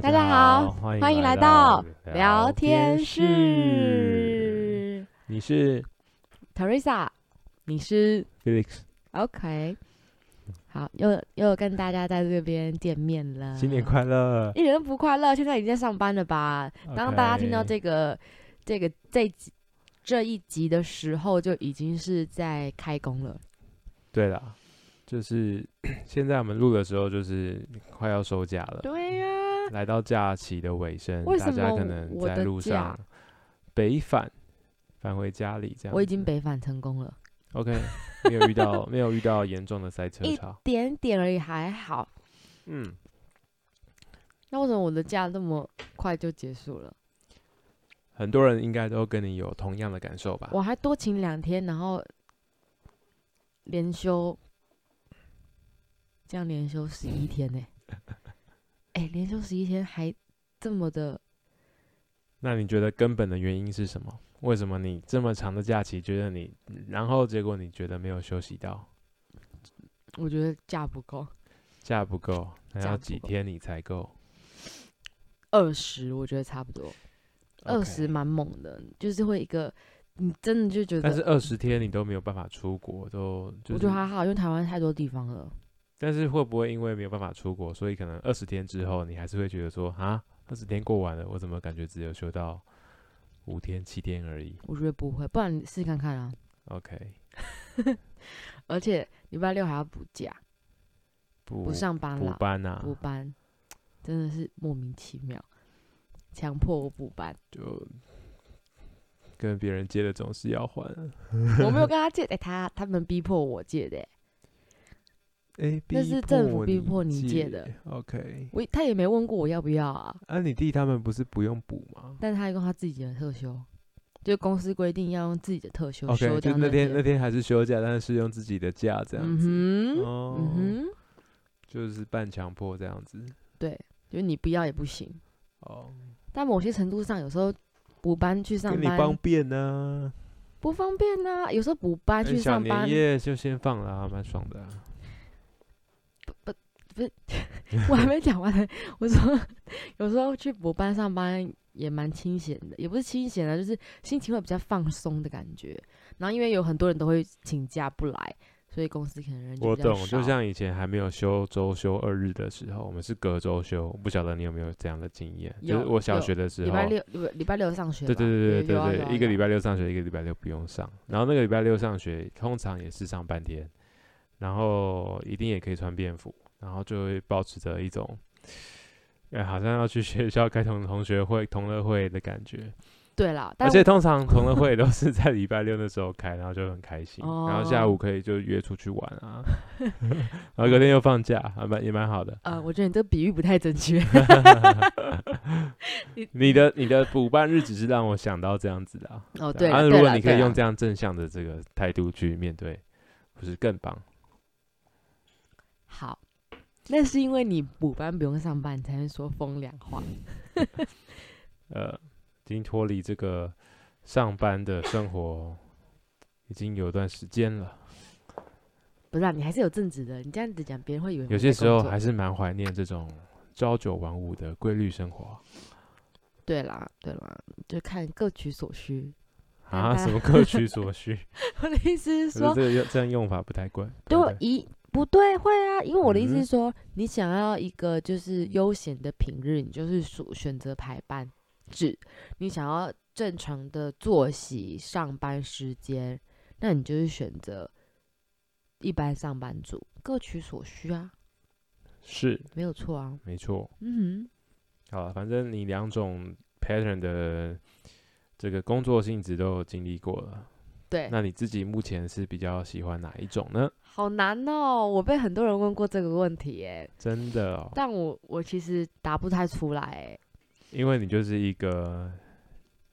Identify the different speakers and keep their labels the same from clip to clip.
Speaker 1: 大家好
Speaker 2: 欢
Speaker 1: 欢迎来到聊天。室
Speaker 2: 你是
Speaker 1: ，Teresa，你是
Speaker 2: Felix，
Speaker 1: OK，好，又又跟大家在这边见面了，
Speaker 2: 新年快乐！
Speaker 1: 一点都不快乐，现在已经在上班了吧？当大家听到
Speaker 2: OK，
Speaker 1: 这个、这个这一集这一集的时候，就已经是在开工了。
Speaker 2: 对啦，就是 现在我们录的时候，就是快要收假了，
Speaker 1: 对呀、
Speaker 2: 来到假期的尾声，
Speaker 1: 为
Speaker 2: 大
Speaker 1: 什
Speaker 2: 家
Speaker 1: 么
Speaker 2: 可能
Speaker 1: 我
Speaker 2: 在
Speaker 1: 的
Speaker 2: 路
Speaker 1: 假
Speaker 2: 上北返，返回家里这样子。
Speaker 1: 我已经北返成功了，
Speaker 2: OK，没有遇到没有遇到严重的塞车
Speaker 1: 一
Speaker 2: 潮。
Speaker 1: 点点而已，还好。
Speaker 2: 嗯，
Speaker 1: 那为什么我的假这么快就结束了？
Speaker 2: 很多人应该都跟你有同样的感受吧？
Speaker 1: 我还多请两天，然后连休，这样连休十一天 呢、哎、连休十一天还这么的，
Speaker 2: 那你觉得根本的原因是什么？为什么你这么长的假期，觉得你，然后结果你觉得没有休息到，
Speaker 1: 我觉得假不够
Speaker 2: 假不够，还
Speaker 1: 假
Speaker 2: 要
Speaker 1: 不
Speaker 2: 几
Speaker 1: 够
Speaker 2: 天你才够？
Speaker 1: 二十，20, 我觉得差不多二十
Speaker 2: OK
Speaker 1: 蛮猛的，就是会一个，你真的就觉
Speaker 2: 但
Speaker 1: 得，
Speaker 2: 是二十天你都没有办法出国，都就
Speaker 1: 我
Speaker 2: 是
Speaker 1: 觉得，还好，因为台湾太多地方了。
Speaker 2: 但是会不会因为没有办法出国，所以可能二十天之后，你还是会觉得说，啊，二十天过完了，我怎么感觉只有休到五天、七天而已
Speaker 1: 我觉得不会，不然你试试看看啊。
Speaker 2: ？OK，
Speaker 1: 而且礼拜六还要补假，
Speaker 2: 不
Speaker 1: 不上班
Speaker 2: 补
Speaker 1: 了，
Speaker 2: 班啊，
Speaker 1: 补班，真的是莫名其妙，强迫我补班。
Speaker 2: 就跟别人借的总是要还啊。
Speaker 1: 我没有跟他借，哎、他他们逼迫我借的、欸，
Speaker 2: 哎，
Speaker 1: 那是政府逼迫你借的。
Speaker 2: OK，
Speaker 1: 我他也没问过我要不要啊，
Speaker 2: 啊，你弟他们不是不用补吗
Speaker 1: 但他用他自己的特休，就公司规定要用自己的特休
Speaker 2: ？OK，
Speaker 1: 休
Speaker 2: 就
Speaker 1: 掉
Speaker 2: 那天
Speaker 1: 天
Speaker 2: 那天还是休假，但是用自己的假这样
Speaker 1: 嗯
Speaker 2: 子。
Speaker 1: 哼，
Speaker 2: 哦，
Speaker 1: 嗯哼，
Speaker 2: 就是半强迫这样子。
Speaker 1: 对，就是你不要也不行，
Speaker 2: 哦，
Speaker 1: 但某些程度上，有时候补班去上
Speaker 2: 跟你方
Speaker 1: 班
Speaker 2: 便呢、
Speaker 1: 不方便呐、有时候补班
Speaker 2: 哎
Speaker 1: 去
Speaker 2: 小
Speaker 1: 上班
Speaker 2: 年，夜就先放了、啊，蛮爽的啊、
Speaker 1: 我还没讲完呢，我说有时候去补班上班也蛮清闲的，也不是清闲啊，就是心情会比较放松的感觉。然后因为有很多人都会请假不来，所以公司可能人就
Speaker 2: 我
Speaker 1: 比较
Speaker 2: 懂，就
Speaker 1: 少
Speaker 2: 像以前还没有休周休二日的时候，我们是隔周休，不晓得你有没有这样的经验？就是
Speaker 1: 有
Speaker 2: 我小
Speaker 1: 有
Speaker 2: 学的时候，
Speaker 1: 礼拜六礼拜礼拜六上学吧，
Speaker 2: 对对对
Speaker 1: 有啊
Speaker 2: 对
Speaker 1: 有
Speaker 2: 对
Speaker 1: 啊
Speaker 2: 对，一个
Speaker 1: 有啊
Speaker 2: 礼拜六上学，一个礼拜六不用上。然后那个礼拜六上学，通常也是上半天，然后一定也可以穿便服，然后就会保持着一种，哎，好像要去学校开同同学会、同乐会的感觉。
Speaker 1: 啊对啦，
Speaker 2: 而
Speaker 1: 但
Speaker 2: 且
Speaker 1: 我
Speaker 2: 通常同乐会都是在礼拜六的时候开，然后就很开心，然后下
Speaker 1: 哦
Speaker 2: 午可以就约出去玩 啊，然后隔天又放假，还蛮也蛮好的。
Speaker 1: 呃，我觉得你这个比喻不太 正确。
Speaker 2: 你的你的补办日只是让我想到这样子的、啊。
Speaker 1: 哦，
Speaker 2: 对
Speaker 1: 对
Speaker 2: 啊，
Speaker 1: 啦，
Speaker 2: 如
Speaker 1: 对
Speaker 2: 果
Speaker 1: 啦
Speaker 2: 你可以
Speaker 1: 对
Speaker 2: 用
Speaker 1: 啦
Speaker 2: 这样正向的这个态度去面对，不是更棒？
Speaker 1: 好，那是因为你补班不用上班，你才能说风凉话。
Speaker 2: 呃，已经脱离这个上班的生活已经有一段时间了，
Speaker 1: 不是、啊，你还是有正职的，你这样子讲，别人会以为我
Speaker 2: 有
Speaker 1: 在
Speaker 2: 些时
Speaker 1: 工
Speaker 2: 候
Speaker 1: 作
Speaker 2: 还是蛮怀念这种朝九晚五的规律生活
Speaker 1: 对啦，对啦，就看各取所需。 但
Speaker 2: 啊。
Speaker 1: 大
Speaker 2: 什么各取所 需？
Speaker 1: 我的意思
Speaker 2: 可是
Speaker 1: 是说，
Speaker 2: 这个用这样用法不太怪。
Speaker 1: 对
Speaker 2: 不
Speaker 1: 我一不对会啊，因为我的意思
Speaker 2: 嗯
Speaker 1: 是说，你想要一个就是悠闲的平日，你就是属选择排班制；你想要正常的作息、上班时间，那你就是选择一般上班族，各取所需啊，
Speaker 2: 是
Speaker 1: 没有错啊。
Speaker 2: 没错。
Speaker 1: 嗯
Speaker 2: 好了，反正你两种 pattern 的这个工作性质都有经历过了。
Speaker 1: 哼，对，
Speaker 2: 那你自己目前是比较喜欢哪一种呢？
Speaker 1: 好难哦，我被很多人问过这个问题耶，
Speaker 2: 真的哦，
Speaker 1: 但我我其实答不太出来耶。
Speaker 2: 因为你就是一个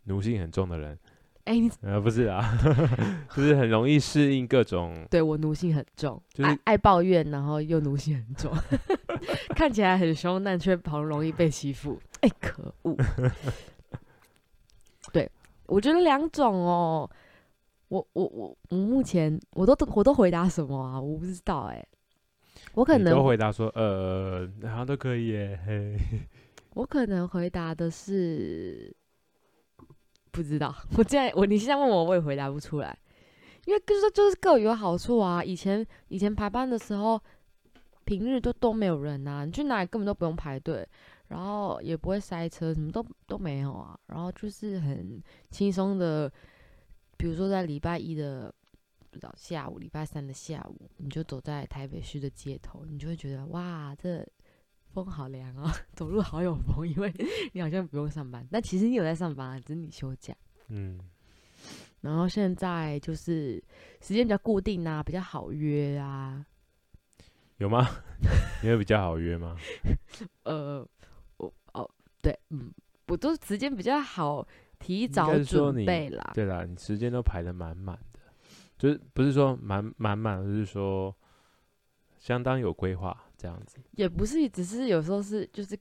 Speaker 2: 奴性很重的人，
Speaker 1: 哎，你
Speaker 2: 呃，不是啊， 就是很容易适应各种，
Speaker 1: 对我奴性很重，
Speaker 2: 嗯就是
Speaker 1: 爱爱抱怨，然后又奴性很重， 看起来很凶，但却好容易被欺负。哎、可 恶！对，我觉得两种哦，我我我我目前我都我都回答什么啊？我不知道哎、我可
Speaker 2: 你都
Speaker 1: 能
Speaker 2: 呃回答说，呃，好像都可以耶，嘿，
Speaker 1: 我可能回答的是不知道。 我现在我你现在问我，我也回答不出来，因为就是就是各有好处啊。以前以前排班的时候，平日都都没有人啊呐、你去哪里根本都不用排队，然后也不会塞车，什么都都没有啊。然后就是很轻松的，比如说在礼拜一的。不知道下午，礼拜三的下午，你就走在台北市的街头，你就会觉得哇，这风好凉啊，走路好有风， 因为你好像不用上班，但其实你有在上班啊，只是你休假。
Speaker 2: 嗯，
Speaker 1: 然后现在就是时间比较固定啊，比较好约啊。
Speaker 2: 有 吗？你会比较好约吗？
Speaker 1: 呃，我哦，对，嗯，我都时间比较好，提
Speaker 2: 应
Speaker 1: 早
Speaker 2: 该是说
Speaker 1: 准
Speaker 2: 你
Speaker 1: 备啦。
Speaker 2: 对啦，你时间都排的满满的，就是不是说满满满，而是说相当有规划这样 子。
Speaker 1: 也不是，只是有时候是就是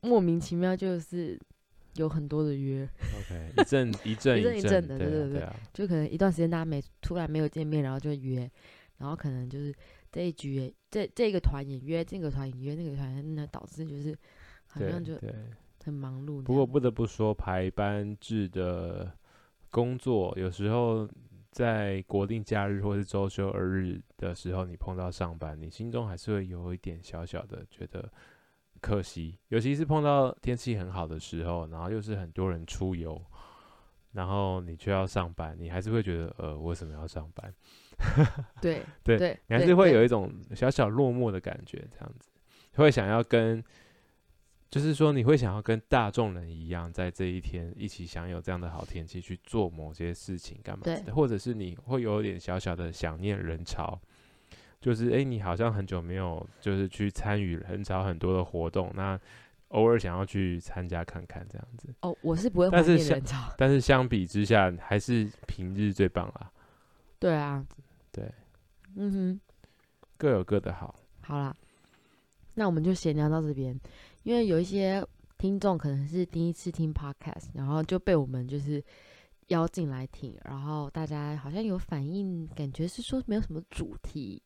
Speaker 1: 莫名其妙，就是有很多的约。
Speaker 2: OK，一阵一阵
Speaker 1: 一阵一阵
Speaker 2: 阵
Speaker 1: 的
Speaker 2: 对
Speaker 1: 对
Speaker 2: 啊
Speaker 1: 对
Speaker 2: 啊，
Speaker 1: 就可能一段时间大家没突然没有见面，然后就约，然后可能就是这一局也这这个团也约，这个团也约，那个团也约那导致就是好像
Speaker 2: 对
Speaker 1: 就
Speaker 2: 对。
Speaker 1: 很忙碌这样。
Speaker 2: 不过不得不说，排班制的工作有时候在国定假日或是周休二日的时候，你碰到上班，你心中还是会有一点小小的觉得可惜，尤其是碰到天气很好的时候，然后又是很多人出游，然后你却要上班，你还是会觉得呃，为什么要上班？
Speaker 1: 对
Speaker 2: 对
Speaker 1: 对，
Speaker 2: 你还
Speaker 1: 对
Speaker 2: 是会
Speaker 1: 对
Speaker 2: 有一种小小落寞的感觉，这样子，会想要跟，就是说你会想要跟大众人一样，在这一天一起享有这样的好天气，去做某些事情干嘛之类的，或者是你会有点小小的想念人潮，就是诶，你好像很久没有就是去参与人潮很多的活动，那偶尔想要去参加看看这样子，
Speaker 1: 哦，我是不会怀
Speaker 2: 但是
Speaker 1: 念
Speaker 2: 像
Speaker 1: 人潮。
Speaker 2: 但是相比之下，还是平日最棒啦，
Speaker 1: 对啊，
Speaker 2: 对，
Speaker 1: 嗯哼。
Speaker 2: 各有各的好，
Speaker 1: 好啦，那我们就闲聊到这边，因为有一些听众可能是第一次听 podcast，然后就被我们就是邀进来听，然后大家好像有反应，感觉是说没有什么主题，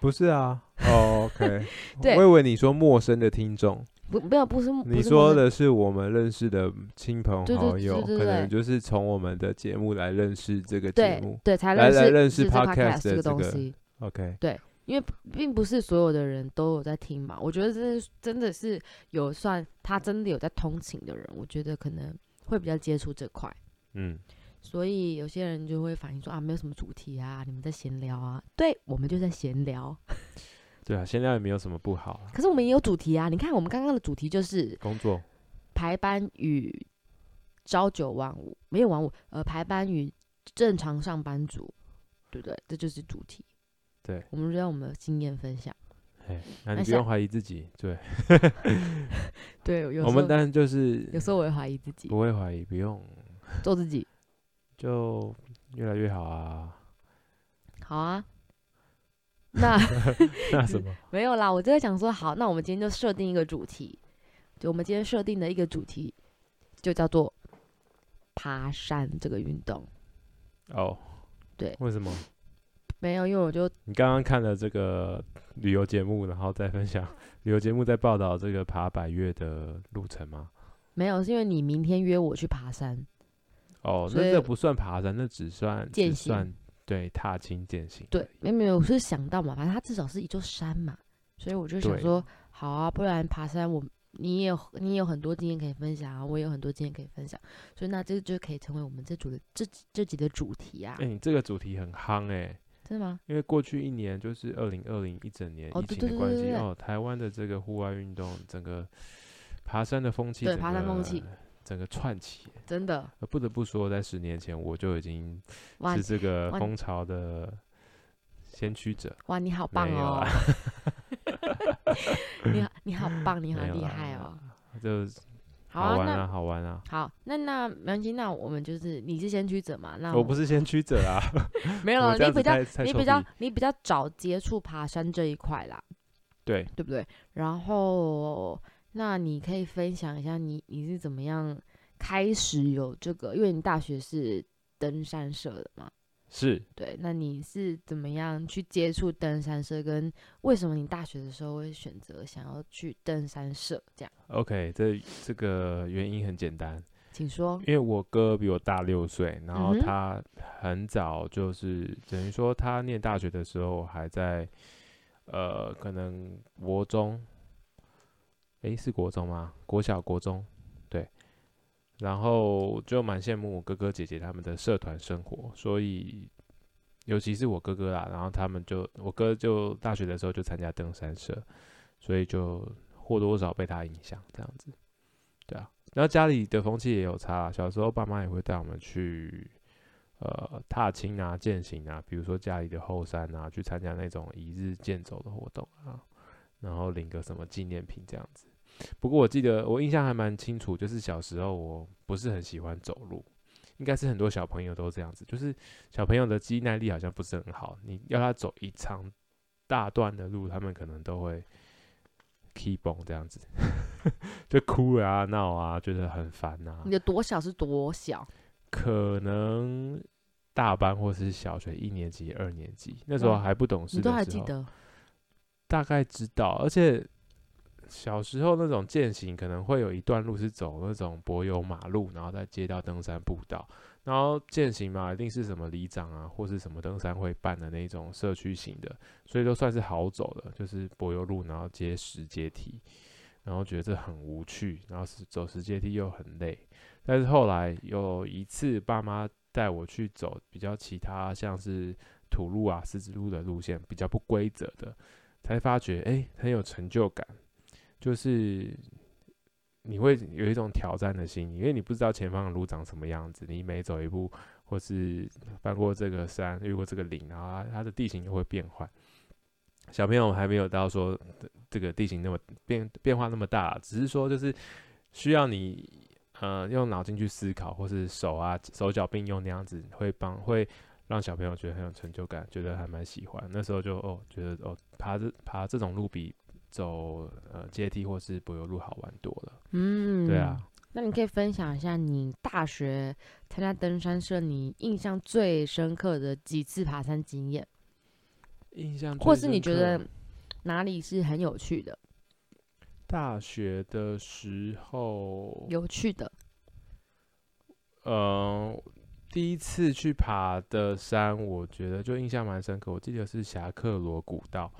Speaker 2: 不是啊、o k
Speaker 1: 对
Speaker 2: 我以为你说陌生的听众，
Speaker 1: 不没有不是不
Speaker 2: 你
Speaker 1: 是
Speaker 2: 说
Speaker 1: 陌生
Speaker 2: 的是我们认识的亲朋
Speaker 1: 对对
Speaker 2: 好友，
Speaker 1: 对对
Speaker 2: 可
Speaker 1: 对
Speaker 2: 能就是从我们的节目来认识这个节
Speaker 1: 对
Speaker 2: 目。
Speaker 1: 对才
Speaker 2: 来
Speaker 1: 认识
Speaker 2: 来认识
Speaker 1: 这
Speaker 2: podcast
Speaker 1: 这
Speaker 2: 的
Speaker 1: 个
Speaker 2: 这
Speaker 1: 东
Speaker 2: 个
Speaker 1: 西，
Speaker 2: OK，
Speaker 1: 因为并不是所有的人都有在听嘛。我觉得这是真的是有算他真的有在通勤的人，我觉得可能会比较接触这块。
Speaker 2: 嗯，
Speaker 1: 所以有些人就会反映说啊，没有什么主题啊，你们在闲聊啊。对，我们就在闲聊，
Speaker 2: 对啊，闲聊也没有什么不好啊。
Speaker 1: 可是我们也有主题啊。你看，我们刚刚的主题就是
Speaker 2: 工作，
Speaker 1: 排班与朝九晚五，没有晚五，呃，排班与正常上班族，对不对？这就是主题。
Speaker 2: 对，
Speaker 1: 我们就让我们的经验分享。
Speaker 2: 嘿，那
Speaker 1: 那
Speaker 2: 你不
Speaker 1: 下
Speaker 2: 用怀疑自己。对，
Speaker 1: 对，有时候
Speaker 2: 我们当然就是
Speaker 1: 有时候我会怀疑自己，
Speaker 2: 不会怀疑，不用，
Speaker 1: 做自己。
Speaker 2: 就越来越好 啊。
Speaker 1: 好啊，那。
Speaker 2: 那什么？
Speaker 1: 没有啦，我就在想说，好，那我们今天就设定一个主题，就我们今天设定的一个主题，就叫做爬山这个运动。
Speaker 2: 哦，
Speaker 1: 对
Speaker 2: 为什么？
Speaker 1: 没有，因为我就
Speaker 2: 你刚刚看了这个旅游节目，然后再分享旅游节目在报道这个爬百越的路程吗？
Speaker 1: 没有，是因为你明天约我去爬山，
Speaker 2: 哦，
Speaker 1: 所
Speaker 2: 那
Speaker 1: 以
Speaker 2: 这不算爬山，那只算
Speaker 1: 践
Speaker 2: 只
Speaker 1: 行
Speaker 2: 算对踏青践行。
Speaker 1: 对，没有没有，我是想到嘛，反正它至少是一座山嘛，所以我就想
Speaker 2: 对
Speaker 1: 说，好啊，不然爬山我你也有你也有很多经验可以分享啊，我也有很多经验可以分享，所以那这就可以成为我们这组的这这集的主题啊
Speaker 2: 哎、，你这个主题很夯哎、
Speaker 1: 真的吗？
Speaker 2: 因为过去一年就是二零二零一整年
Speaker 1: 哦
Speaker 2: 疫
Speaker 1: 对
Speaker 2: 情的
Speaker 1: 对对
Speaker 2: 关
Speaker 1: 对
Speaker 2: 系
Speaker 1: 对
Speaker 2: 哦，台湾的这个户外运动，整个爬山的风气，
Speaker 1: 对
Speaker 2: 整
Speaker 1: 爬山风
Speaker 2: 个
Speaker 1: 气
Speaker 2: 整个串起。
Speaker 1: 真的，
Speaker 2: 呃不得不说，在十年前我就已经
Speaker 1: 哇
Speaker 2: 是这个
Speaker 1: 哇
Speaker 2: 风潮的先驱者。
Speaker 1: 哇，你好棒
Speaker 2: 没有啊
Speaker 1: 哦
Speaker 2: 啦！
Speaker 1: 你好，你好棒，你好
Speaker 2: 没有
Speaker 1: 厉
Speaker 2: 啦
Speaker 1: 害哦！
Speaker 2: 就
Speaker 1: 好
Speaker 2: 好
Speaker 1: 啊，
Speaker 2: 玩啊，
Speaker 1: 那
Speaker 2: 好玩啊！
Speaker 1: 好，那那没关系，那我们就是你是先驱者嘛？那
Speaker 2: 我不是先驱者啊，
Speaker 1: 没有
Speaker 2: 我
Speaker 1: 了，
Speaker 2: 这
Speaker 1: 你
Speaker 2: 样子
Speaker 1: 比较
Speaker 2: 太太
Speaker 1: 你
Speaker 2: 臭
Speaker 1: 比较
Speaker 2: 屁
Speaker 1: 你比较早接触爬山这一块啦，
Speaker 2: 对，
Speaker 1: 对不对？然后，那你可以分享一下你你是怎么样开始有这个？因为你大学是登山社的嘛，
Speaker 2: 是
Speaker 1: 对，那你是怎么样去接触登山社，跟为什么你大学的时候会选择想要去登山社？这样，
Speaker 2: OK，这这个原因很简单，
Speaker 1: 请说。
Speaker 2: 因为我哥比我大六岁，然后
Speaker 1: 嗯哼
Speaker 2: 他很早就是、等于说他念大学的时候还在呃，可能国中，诶，是国中吗？国小、国中，对。然后就蛮羡慕我哥哥姐姐他们的社团生活，所以尤其是我哥哥啦，然后他们就我哥就大学的时候就参加登山社，所以就或多或少被他影响这样子，对啊。然后家里的风气也有差啦，小时候爸妈也会带我们去呃踏青啊、践行啊，比如说家里的后山啊，去参加那种一日健走的活动啊，然后领个什么纪念品这样子。不过我记得我印象还蛮清楚，就是小时候我不是很喜欢走路，应该是很多小朋友都这样子，就是小朋友的肌耐力好像不是很好，你要他走一长大段的路，他们可能都会 keep on 这样子， 就哭啊闹啊，觉得很烦啊
Speaker 1: 你。的多小是多小？
Speaker 2: 可能大班或是小学一年级、二年级那时候
Speaker 1: 哇
Speaker 2: 还不懂事，
Speaker 1: 嗯你都还记，得？
Speaker 2: 大概知道，而且。小时候那种践行，可能会有一段路是走那种柏油马路，然后再接到登山步道。然后践行嘛，一定是什么里长啊，或是什么登山会办的那种社区型的，所以都算是好走的，就是柏油路，然后接石阶梯，然后觉得这很无趣，然后是走石阶梯又很累。但是后来有一次，爸妈带我去走比较其他像是土路啊、石子路的路线，比较不规则的，才发觉哎、诶很有成就感，就是你会有一种挑战的心，因为你不知道前方的路长什么样子，你每走一步或是翻过这个山、越过这个岭，然后它它的地形又会变换。小朋友还没有到说呃这个地形那么变变化那么大，只是说就是需要你呃用脑筋去思考，或是手啊手脚并用那样子，会帮会让小朋友觉得很有成就感，觉得还蛮喜欢。那时候就哦觉得哦爬这爬这种路比走呃阶梯或是柏油路好玩多了。
Speaker 1: 嗯，
Speaker 2: 对啊。。
Speaker 1: 那你可以分享一下你大学参加登山社，你印象最深刻的几次爬山经验，
Speaker 2: 印象
Speaker 1: 或
Speaker 2: 最
Speaker 1: 是
Speaker 2: 深
Speaker 1: 你觉
Speaker 2: 刻
Speaker 1: 得哪里是很有趣的？
Speaker 2: 大学的时候，
Speaker 1: 有趣的，
Speaker 2: 呃，第一次去爬的山，我觉得就印象蛮深刻。我记得是侠客罗古道，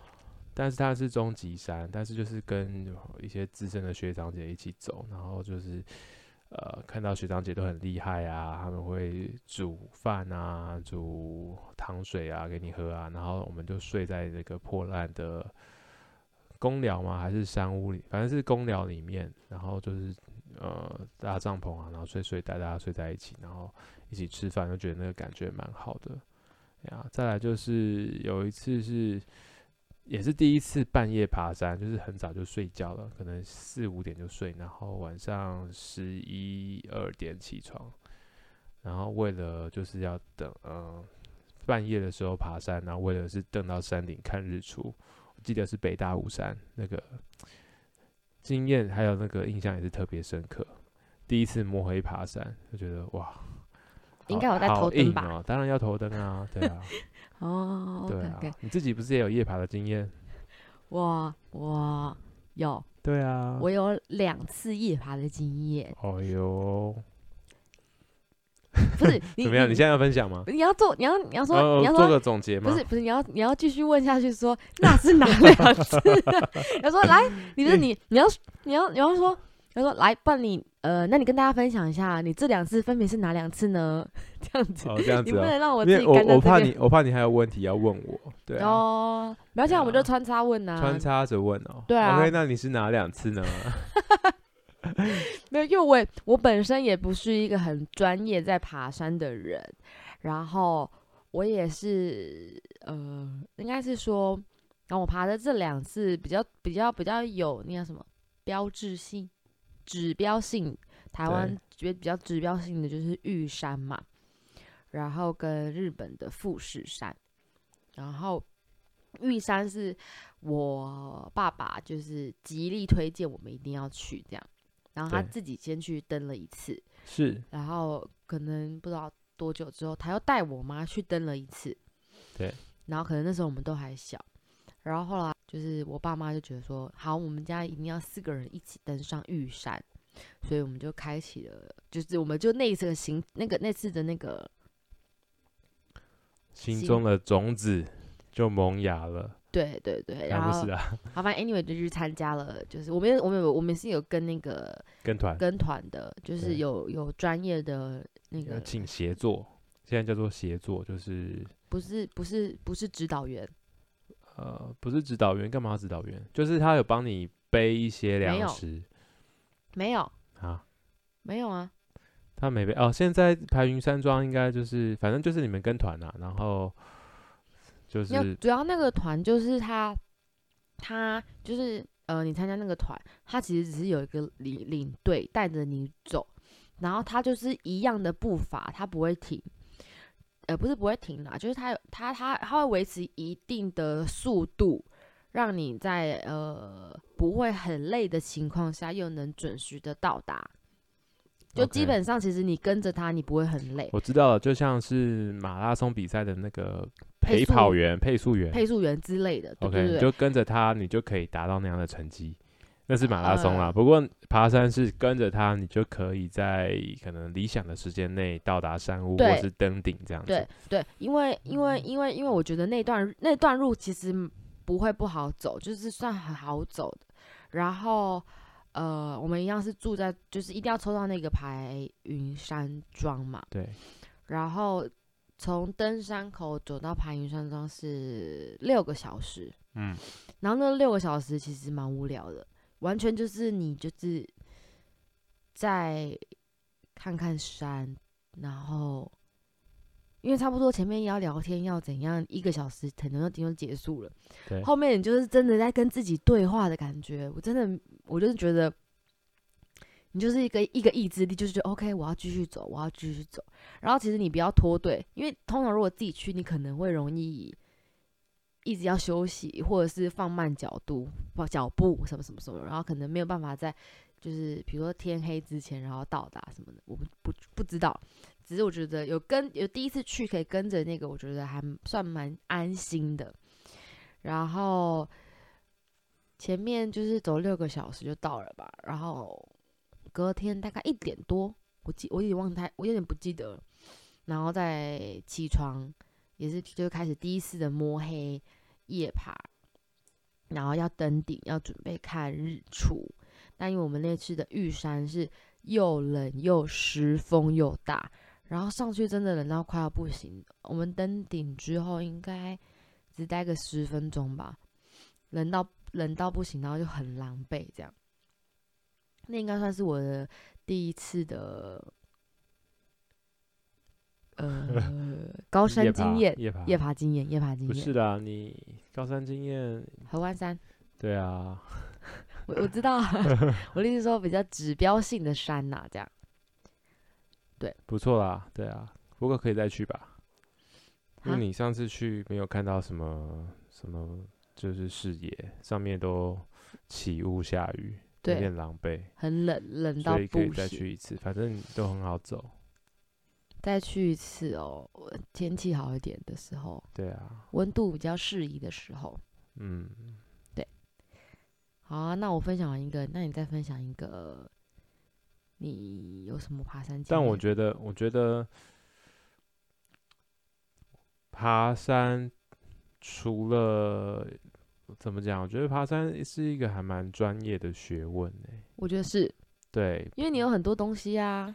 Speaker 2: 但是它是终极山，但是就是跟一些资深的学长姐一起走，然后就是呃，看到学长姐都很厉害啊，他们会煮饭啊、煮糖水啊给你喝啊，然后我们就睡在那个破烂的公寮吗？还是山屋里？反正是公寮里面，然后就是呃搭帐篷啊，然后睡睡袋，大家睡在一起，然后一起吃饭，就觉得那个感觉蛮好的。哎呀，再来就是有一次是也是第一次半夜爬山，就是很早就睡觉了，可能四五点就睡，然后晚上十一二点起床，然后为了就是要等呃半夜的时候爬山，然后为了是登到山顶看日出，我记得是北大武山那个经验，还有那个印象也是特别深刻。第一次摸黑爬山，就觉得哇，
Speaker 1: 应
Speaker 2: 好
Speaker 1: 该有带
Speaker 2: 好
Speaker 1: 头灯
Speaker 2: 硬
Speaker 1: 吧
Speaker 2: 哦当然要头灯啊，对啊，
Speaker 1: 哦
Speaker 2: 对
Speaker 1: ，OK
Speaker 2: 啊
Speaker 1: OK，，
Speaker 2: 你自己不是也有夜爬的经验？
Speaker 1: 哇哇，有，
Speaker 2: 对啊
Speaker 1: 我有两次夜爬的 经验，
Speaker 2: 哦哟，
Speaker 1: 不是你
Speaker 2: 怎么样？你现
Speaker 1: 在
Speaker 2: 在要分享吗？
Speaker 1: 你要做，你要你要说、
Speaker 2: 哦
Speaker 1: 你要
Speaker 2: 做
Speaker 1: 说
Speaker 2: 个总结吗？
Speaker 1: 不是不是，你要你要继续问下去说那是哪两次、 啊？他说来，你
Speaker 2: 嗯
Speaker 1: 不是你你要你要你要说，他说来，不然你呃，那你跟大家分享一下，你这两次分别是哪两次呢？这样子，
Speaker 2: 哦，这样
Speaker 1: 你
Speaker 2: 子
Speaker 1: 不
Speaker 2: 哦，
Speaker 1: 能让我
Speaker 2: 因
Speaker 1: 自
Speaker 2: 为
Speaker 1: 己
Speaker 2: 我
Speaker 1: 干在
Speaker 2: 我怕
Speaker 1: 这
Speaker 2: 你
Speaker 1: 边。，
Speaker 2: 我怕你还有问题要问我，对啊，
Speaker 1: 哦，没关系，
Speaker 2: 对
Speaker 1: 我们就
Speaker 2: 啊
Speaker 1: 穿插问啊，
Speaker 2: 穿插着问哦。
Speaker 1: 对啊
Speaker 2: OK，那你是哪两次呢？
Speaker 1: 没有，因为我也我本身也不是一个很专业在爬山的人，然后我也是呃，应该是说，然后我爬的这两次比较比较比较有那叫什么标志性、指标性，台湾觉得比较指标性的就是玉山嘛，然后跟日本的富士山，然后玉山是我爸爸就是极力推荐我们一定要去这样，然后他
Speaker 2: 对
Speaker 1: 自己先去登了一次，
Speaker 2: 是
Speaker 1: 然后可能不知道多久之后，他又带我妈去登了一次。
Speaker 2: 对。
Speaker 1: 然后可能那时候我们都还小，然后后来就是我爸妈就觉得说，好，我们家一定要四个人一起登上玉山，所以我们就开启了，就是我们就那一次的行那个那次的那个
Speaker 2: 心
Speaker 1: 行
Speaker 2: 中的种子就萌芽了，
Speaker 1: 对对对，然
Speaker 2: 啊
Speaker 1: 后
Speaker 2: 不是啊，
Speaker 1: 好，反正 anyway 就去参加了，就是我们有我们有我们是有跟那个
Speaker 2: 跟团
Speaker 1: 跟团的，就是
Speaker 2: 对
Speaker 1: 有有专业的那
Speaker 2: 要
Speaker 1: 个，
Speaker 2: 请协作，现在叫做协作，就是
Speaker 1: 不是不是不是指导员，
Speaker 2: 呃，不是指导员，干嘛要指导员？就是他有帮你背一些
Speaker 1: 没有
Speaker 2: 粮食
Speaker 1: 没有
Speaker 2: 啊，
Speaker 1: 没有啊，
Speaker 2: 他没背哦。现在排云山庄应该就是，反正就是你们跟团啊，然后就
Speaker 1: 要
Speaker 2: 是
Speaker 1: 主要那个团就是他，他就是呃，你参加那个团，他其实只是有一个领领队带着你走，然后他就是一样的步伐，他不会停，呃，不是不会停啦，就是他有他他他会维持一定的速度，让你在呃不会很累的情况下，又能准时的到达。就基
Speaker 2: OK
Speaker 1: 本上，其实你跟着他，你不会很累。
Speaker 2: 我知道了，就像是马拉松比赛的那个
Speaker 1: 配
Speaker 2: 陪
Speaker 1: 速
Speaker 2: 跑员、配速员
Speaker 1: 配速员之类的，对
Speaker 2: OK，
Speaker 1: 对
Speaker 2: 你
Speaker 1: 对
Speaker 2: 就跟着他，你就可以达到那样的成绩。那是马拉松啦，
Speaker 1: 呃
Speaker 2: 不过爬山是跟着他，你就可以在可能理想的时间内到达山屋或
Speaker 1: 对
Speaker 2: 是登顶这样子嗯
Speaker 1: 对。对，因为因为因为因为我觉得那段那段路其实不会不好走，就是算很好走的。然后呃，我们一样是住在，就是一定要抽到那个排云山庄嘛。
Speaker 2: 对，
Speaker 1: 然后从登山口走到排云山庄是六个小时，
Speaker 2: 嗯，
Speaker 1: 然后那六个小时其实蛮无聊的，完全就是你就是在看看山，然后因为差不多前面要聊天要怎样，一个小时可能就结束了
Speaker 2: 对，
Speaker 1: 后面你就是真的在跟自己对话的感觉，我真的我就是觉得。你就是一个一个意志力，就是觉得 OK，我要继续走，我要继续走。然后其实你不要脱队，因为通常如果自己去，你可能会容易一直要休息，或者是放慢角度、放脚步什么什么什么，然后可能没有办法在就是比如说天黑之前然后到达什么的，我不不不知道。只是我觉得有跟有第一次去可以跟着那个，我觉得还算蛮安心的。然后前面就是走六个小时就到了吧，然后隔天大概一点多，我记我有点忘太，我有点不记得了。然后再起床，也是就开始第一次的摸黑夜爬，然后要登顶，要准备看日出。但因为我们那次的玉山是又冷又湿，风又大，然后上去真的冷到快要不行。我们登顶之后应该只待个十分钟吧，冷到冷到不行，然后就很狼狈这样。那应该算是我的第一次的 呃高山
Speaker 2: 夜爬
Speaker 1: 经验，
Speaker 2: 夜爬，
Speaker 1: 夜爬经验，夜爬经
Speaker 2: 不
Speaker 1: 验
Speaker 2: 是，啦，你高山经验，
Speaker 1: 合欢山，
Speaker 2: 对啊，
Speaker 1: 我我 知道，我的意思是说比较指标性的山呐、这样。
Speaker 2: 不错啦，对啊，不过可以再去吧，因为
Speaker 1: 啊
Speaker 2: 你上次去没有看到什么什么，就是视野上面都起雾下雨，有
Speaker 1: 对
Speaker 2: 点狼狈，
Speaker 1: 很冷，冷到
Speaker 2: 所以可以
Speaker 1: 不
Speaker 2: 再
Speaker 1: 行。
Speaker 2: 去一次，反正都很好走，
Speaker 1: 再去一次哦，我天气好一点的时候，
Speaker 2: 对啊，
Speaker 1: 温度比较适宜的时候。
Speaker 2: 嗯。
Speaker 1: 好啊，那我分享完一个，那你再分享一个，你有什么爬山经
Speaker 2: 但我
Speaker 1: 验
Speaker 2: 觉得，我觉得爬山除了怎么讲，我觉得爬山是一个还蛮专业的学问诶、
Speaker 1: 我觉得是
Speaker 2: 对，
Speaker 1: 因为你有很多东西啊，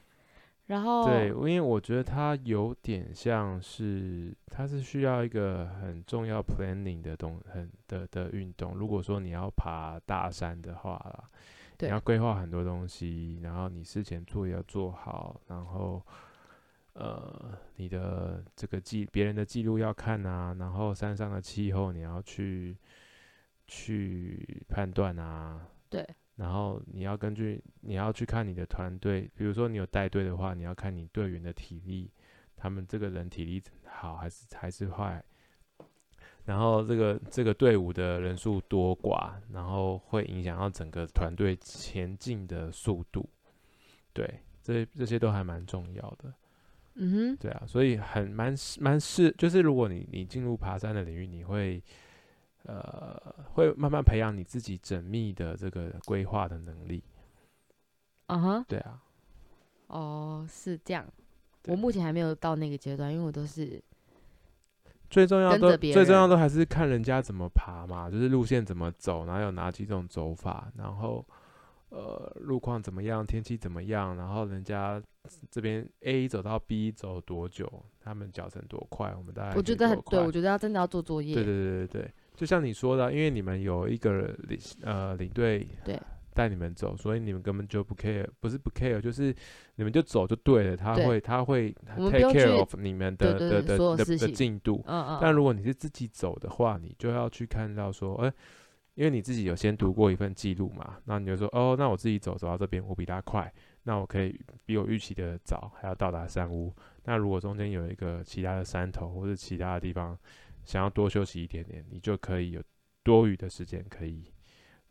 Speaker 1: 然后
Speaker 2: 对，因为我觉得它有点像是，它是需要一个很重要 planning 的东很的的运动。如果说你要爬大山的话啦，你
Speaker 1: 对
Speaker 2: 要规划很多东西，然后你事前作业要做好，然后呃，你的这个记别人的记录要看啊，然后山上的气候你要去去判断啊，
Speaker 1: 对
Speaker 2: 然后你要根据你要去看你的团队，比如说你有带队的话，你要看你队员的体力，他们这个人体力好还是还是坏，然后这个这个队伍的人数多寡，然后会影响到整个团队前进的速度。对，这这些都还蛮重要的。
Speaker 1: 嗯
Speaker 2: 对啊，所以很蛮适蛮适，就是如果你你进入爬山的领域，你会呃会慢慢培养你自己缜密的这个规划的能力。
Speaker 1: 哼，啊哈，
Speaker 2: 对啊，
Speaker 1: 哦，是这样。
Speaker 2: 对
Speaker 1: 我目前还没有到那个阶段，因为我都是
Speaker 2: 最重要
Speaker 1: 跟着
Speaker 2: 都
Speaker 1: 别
Speaker 2: 最重要
Speaker 1: 人
Speaker 2: 都还是看人家怎么爬嘛，就是路线怎么走，然后有哪几种走法，然后呃路况怎么样，天气怎么样，然后人家这边 A 走到 B 走多久，他们脚程多快，我们大概
Speaker 1: 我
Speaker 2: 可以
Speaker 1: 觉得很
Speaker 2: 多
Speaker 1: 对，
Speaker 2: 快
Speaker 1: 我觉得要真的要做作业，
Speaker 2: 对对对对对，就像你说的啊，因为你们有一个领呃领队
Speaker 1: 对
Speaker 2: 带你们走，所以你们根本就不 care，不是不 care，就是你们就走就对了，他
Speaker 1: 对
Speaker 2: 会他会
Speaker 1: 我们
Speaker 2: take
Speaker 1: 不用
Speaker 2: care
Speaker 1: 去
Speaker 2: of 你们的
Speaker 1: 对
Speaker 2: 的
Speaker 1: 对所
Speaker 2: 的
Speaker 1: 有
Speaker 2: 的的
Speaker 1: 事情
Speaker 2: 进度。
Speaker 1: 嗯嗯，
Speaker 2: 但如果你是自己走的话，你就要去看到说，哎、因为你自己有先读过一份记录嘛，那你就说，哦，那我自己走走到这边，我比他快，那我可以比我预期的早，还要到达山屋。那如果中间有一个其他的山头或者其他的地方，想要多休息一点点，你就可以有多余的时间可以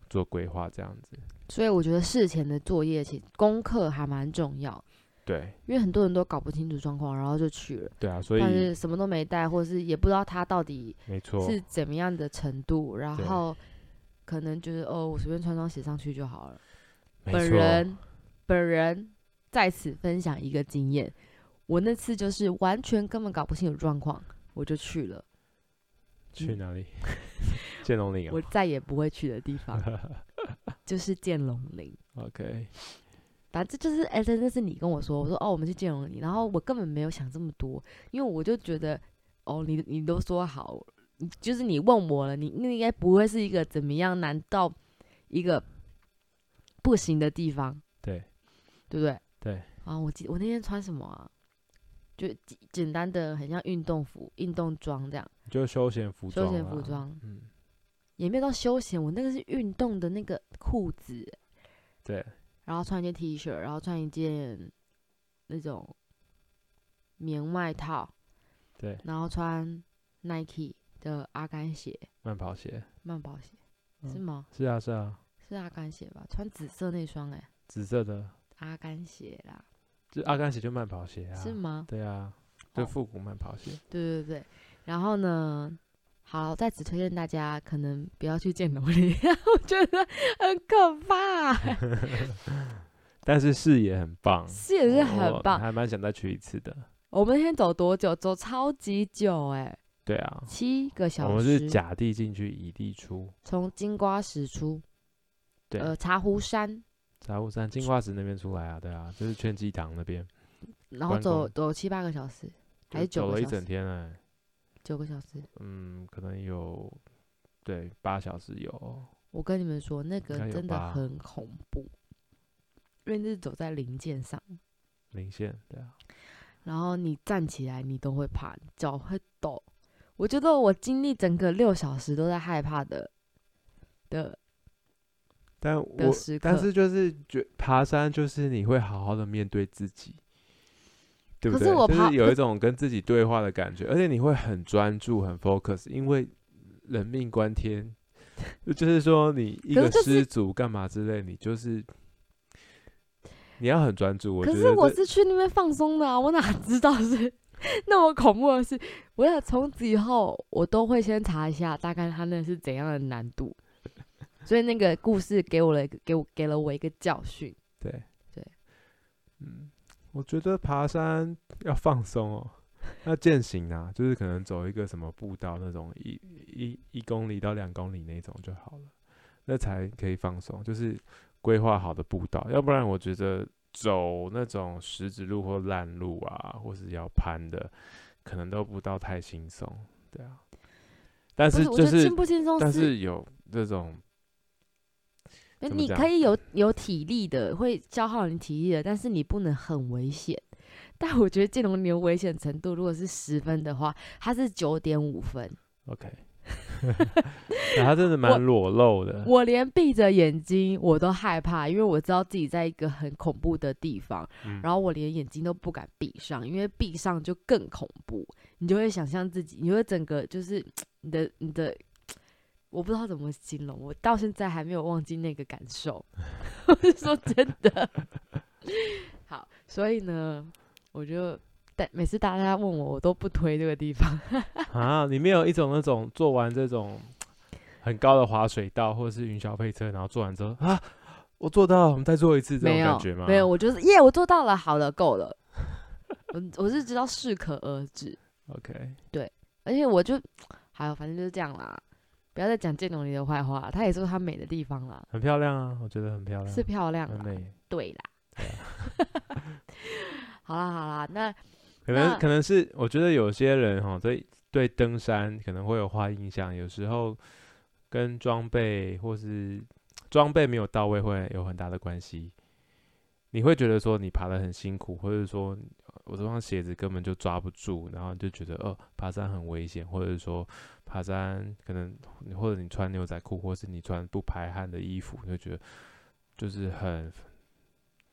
Speaker 2: 做规划，这样子。
Speaker 1: 所以我觉得事前的作业其实功课还蛮重要，
Speaker 2: 对
Speaker 1: 因为很多人都搞不清楚状况，然后就去了，
Speaker 2: 对啊，所
Speaker 1: 但
Speaker 2: 以
Speaker 1: 是什么都没带，或者是也不知道他到底
Speaker 2: 没错，
Speaker 1: 是怎么样的程度，然
Speaker 2: 对
Speaker 1: 后可能就是哦，我随便穿双鞋上去就好了。
Speaker 2: 没
Speaker 1: 本
Speaker 2: 错，
Speaker 1: 人本人在此分享一个经验，我那次就是完全根本搞不清楚状况，我就去了
Speaker 2: 去哪 里？建龙岭
Speaker 1: 我
Speaker 2: 啊
Speaker 1: 再也不会去的地方， 就是剑龙林。
Speaker 2: ，OK，
Speaker 1: 反正就是，哎、真的是你跟我说，我说哦，我们去见容你，然后我根本没有想这么多，因为我就觉得，哦，你你都说好，你就是你问我了，你你应该不会是一个怎么样难到一个不行的地方，
Speaker 2: 对
Speaker 1: 对不对？
Speaker 2: 对。
Speaker 1: 啊，我记我那天穿什么啊？就简简单的，很像运动服、运动装这样，
Speaker 2: 就休闲服装，
Speaker 1: 休闲服，装
Speaker 2: 嗯。
Speaker 1: 也没有到休闲，我那个是运动的那个裤子，
Speaker 2: 对，
Speaker 1: 然后穿一件 T 恤，然后穿一件那种棉外套，
Speaker 2: 对，
Speaker 1: 然后穿 Nike 的阿甘鞋、
Speaker 2: 慢跑鞋。
Speaker 1: 慢跑鞋，是
Speaker 2: 嗯
Speaker 1: 吗？
Speaker 2: 是啊，是啊，
Speaker 1: 是阿甘鞋吧？穿紫色那双哎、
Speaker 2: 紫色的，
Speaker 1: 阿甘鞋啦，
Speaker 2: 就阿甘鞋就慢跑鞋啊。
Speaker 1: 是？吗？
Speaker 2: 对啊，就
Speaker 1: 哦
Speaker 2: 复古慢跑鞋。
Speaker 1: 对对对，然后呢？好，我在此推荐大家，可能不要去见龙里， 我觉得很可怕，
Speaker 2: 但是视野很棒，
Speaker 1: 是也是很
Speaker 2: 我
Speaker 1: 棒。
Speaker 2: 还蛮想再去一次的。
Speaker 1: 我们那天走多久？走超级久哎、
Speaker 2: 对啊，
Speaker 1: 七个小时。
Speaker 2: 我们是甲地进去，乙地出。
Speaker 1: 从金瓜石出，
Speaker 2: 对，
Speaker 1: 呃，茶壶山，
Speaker 2: 杂物山金瓜石那边出来啊，对啊，就是圈鸡堂那边，
Speaker 1: 然后
Speaker 2: 关
Speaker 1: 走
Speaker 2: 公
Speaker 1: 走七八个小时，
Speaker 2: 就
Speaker 1: 还
Speaker 2: 是
Speaker 1: 九
Speaker 2: 走
Speaker 1: 个
Speaker 2: 了一
Speaker 1: 小
Speaker 2: 整
Speaker 1: 时？
Speaker 2: 天哎，
Speaker 1: 九个小时。
Speaker 2: 嗯，可能有对八小时有，
Speaker 1: 我跟你们说，那个
Speaker 2: 应该有
Speaker 1: 真的
Speaker 2: 吧
Speaker 1: 很恐怖，因为那是走在零件上，
Speaker 2: 零线，对啊，
Speaker 1: 然后你站起来你都会怕，脚会抖。我觉得我经历整个六小时都在害怕的的，
Speaker 2: 但
Speaker 1: 的
Speaker 2: 我
Speaker 1: 时
Speaker 2: 但
Speaker 1: 刻
Speaker 2: 是就是觉爬山就是你会好好的面对自己，对不
Speaker 1: 可
Speaker 2: 对？
Speaker 1: 是我
Speaker 2: 就
Speaker 1: 爬
Speaker 2: 是有
Speaker 1: 可
Speaker 2: 一种跟自己对话的感觉，而且你会很专注、很 focus，因为人命关天， 就是说你一
Speaker 1: 可
Speaker 2: 个
Speaker 1: 是就是
Speaker 2: 失足干嘛之类，你就是你要很专注。我觉
Speaker 1: 可
Speaker 2: 得
Speaker 1: 是我
Speaker 2: 这
Speaker 1: 是去那边放松的啊，我哪知道是 那么恐怖的事？我想从此以后，我都会先查一下大概它那是怎样的难度。所以那个故事给我了一个给我给了我一个教训。
Speaker 2: 对
Speaker 1: 对，
Speaker 2: 嗯，我觉得爬山要放松哦，要践行啊，就是可能走一个什么步道那种一一一公里到两公里那种就好了，那才可以放松，就是规划好的步道，要不然我觉得走那种石子路或烂路啊，或是要攀的，可能都不到太轻松，对啊，但
Speaker 1: 不
Speaker 2: 是
Speaker 1: 我
Speaker 2: 就
Speaker 1: 觉得
Speaker 2: 是
Speaker 1: 轻不轻松
Speaker 2: 但是有这种
Speaker 1: 因为
Speaker 2: 怎么
Speaker 1: 你
Speaker 2: 讲
Speaker 1: 可以有有体力的，会消耗你体力的，但是你不能很危险。但我觉得剑龙牛危险程度，如果是十分的话，它是九点五分。
Speaker 2: OK，然后真的蛮裸露 的。
Speaker 1: 我连闭着眼睛我都害怕，因为我知道自己在一个很恐怖的地方，
Speaker 2: 嗯
Speaker 1: 然后我连眼睛都不敢闭上，因为闭上就更恐怖。你就会想象自己，你会整个就是你的你的，我不知道怎么形容，我到现在还没有忘记那个感受。 我是说真的。好，所以呢，我就但每次大家问我，我都不推这个地方。
Speaker 2: 啊，你没有一种那种做完这种很高的滑水道或者是云霄飞车，然后做完之后啊，我做到了，我们再做一次这种
Speaker 1: 没有
Speaker 2: 感觉吗？
Speaker 1: 没有，我就是耶我做到了，好了，够了。 我我是知道适可而止，
Speaker 2: OK，
Speaker 1: 而且我就，还有反正就是这样啦，不要再讲建农里的坏话，它也是它美的地方啦，
Speaker 2: 很漂亮啊，我觉得很漂亮，
Speaker 1: 是啊漂亮
Speaker 2: 很
Speaker 1: 啦，
Speaker 2: 美。啊
Speaker 1: 对啦。 好啦好啦，那
Speaker 2: 可能
Speaker 1: 那
Speaker 2: 可能是我觉得有些人哈，对对登山可能会有坏印象，有时候跟装备或是装备没有到位会有很大的关系。你会觉得说你爬得很辛苦，或者说我这双鞋子根本就抓不住，然后就觉得哦爬山很危险，或者说爬山可能或者你穿牛仔裤，或是你穿不排汗的衣服，你就觉得就是很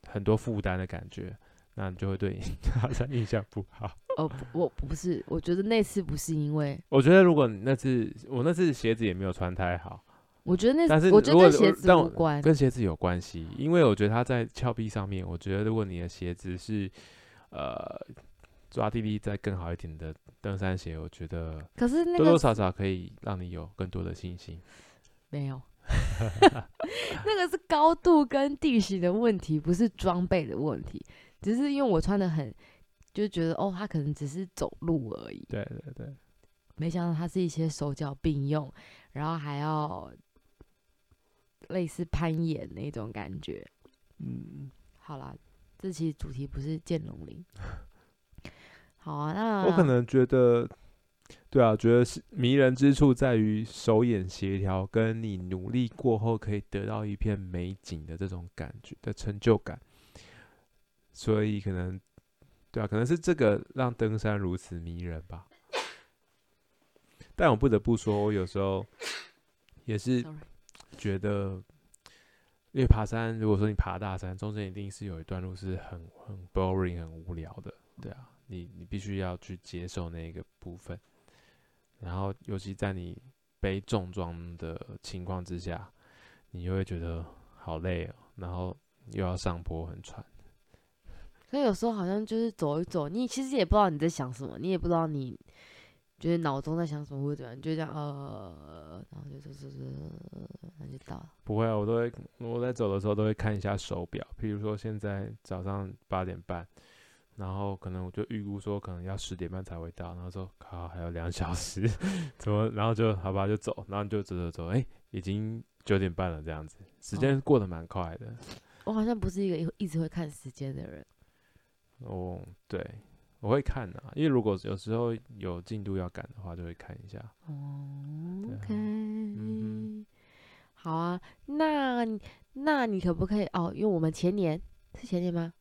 Speaker 2: 很多负担的感觉，那你就会对你爬山印象不好。
Speaker 1: 哦不我不是，我觉得那次不是因为，
Speaker 2: 我觉得如果你那次我那次鞋子也没有穿太好，
Speaker 1: 我觉得那
Speaker 2: 但是
Speaker 1: 次我觉得
Speaker 2: 如果
Speaker 1: 跟鞋
Speaker 2: 我
Speaker 1: 子
Speaker 2: 但
Speaker 1: 无
Speaker 2: 我
Speaker 1: 关，
Speaker 2: 跟鞋子有关系，因为我觉得它在峭壁上面，我觉得如果你的鞋子是呃抓地力再更好一点的登山鞋，我觉得
Speaker 1: 可是那
Speaker 2: 多多
Speaker 1: 个
Speaker 2: 少少可以让你有更多的信心。
Speaker 1: 没有， 那个是高度跟地形的问题，不是装备的问题。只是因为我穿的很，就觉得哦，他可能只是走路而已，
Speaker 2: 对对对，
Speaker 1: 没想到他是一些手脚并用，然后还要类似攀岩那种感觉。
Speaker 2: 嗯，
Speaker 1: 好啦，这期主题不是剑龙林。 好啊，那
Speaker 2: 我可能觉得，对啊，觉得是迷人之处在于手眼协调，跟你努力过后可以得到一片美景的这种感觉的成就感。所以可能，对啊，可能是这个让登山如此迷人吧。但我不得不说，我有时候也是
Speaker 1: Sorry
Speaker 2: 觉得，因为爬山，如果说你爬大山，中间一定是有一段路是很很 boring、很无聊的，对啊，你你必须要去接受那个部分。然后，尤其在你背重装的情况之下，你就会觉得好累哦，然后又要上坡，很喘。
Speaker 1: 所以有时候好像就是走一走，你其实也不知道你在想什么，你也不知道你就是脑中在想什么或者怎么样，你就这样呃，然后就走走走，那就到了。
Speaker 2: 不会啊，我都会，我在走的时候都会看一下手表，譬如说现在早上八点半，然后可能我就预估说可能要十点半才会到，然后说靠还有两小时， 怎么，然后就好吧就走，然后就走走走，哎，已经九点半了这样子，时间过得蛮快的。
Speaker 1: 我好像不是一个一直会看时间的人，
Speaker 2: 哦，对，我会看啊，因为如果有时候有进度要赶的话，就会看一下。对啊
Speaker 1: OK，、
Speaker 2: 嗯
Speaker 1: 好啊，那你那你可不可以哦？因为我们前年是前年吗？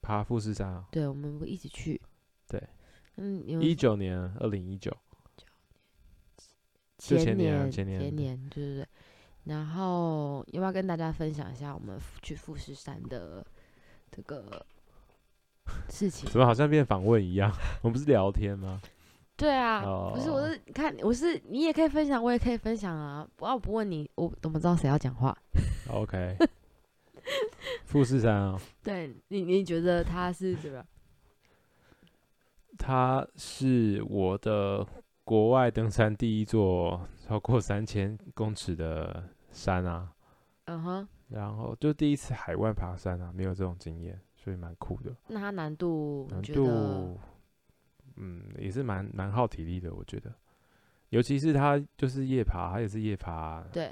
Speaker 2: 爬富士山啊，
Speaker 1: 对，我们不一起去。
Speaker 2: 对，
Speaker 1: 嗯，你
Speaker 2: 一
Speaker 1: 们
Speaker 2: 九年，二零一九，就
Speaker 1: 前
Speaker 2: 前年啊
Speaker 1: 年
Speaker 2: 前年
Speaker 1: 前
Speaker 2: 对
Speaker 1: 年对对对。然后要不要跟大家分享一下我们富去富士山的这个事情？
Speaker 2: 怎么好像变访问一样？ 我们不是聊天吗？
Speaker 1: 对啊，不是，我
Speaker 2: 哦
Speaker 1: 是你看，我是你也可以分享，我也可以分享啊。不要不问你，我怎么知道谁要讲话？
Speaker 2: OK，富士山啊、
Speaker 1: 对你，你觉得他是怎么样？
Speaker 2: 它是我的国外登山第一座超过三千公尺的山啊，
Speaker 1: 嗯哼，
Speaker 2: 然后就第一次海外爬山啊，没有这种经验，所以蛮酷的。
Speaker 1: 那他难度
Speaker 2: 难
Speaker 1: 你觉得？
Speaker 2: 度，嗯，也是蛮蛮耗体力的，我觉得，尤其是它就是夜爬，它也是夜爬，
Speaker 1: 对，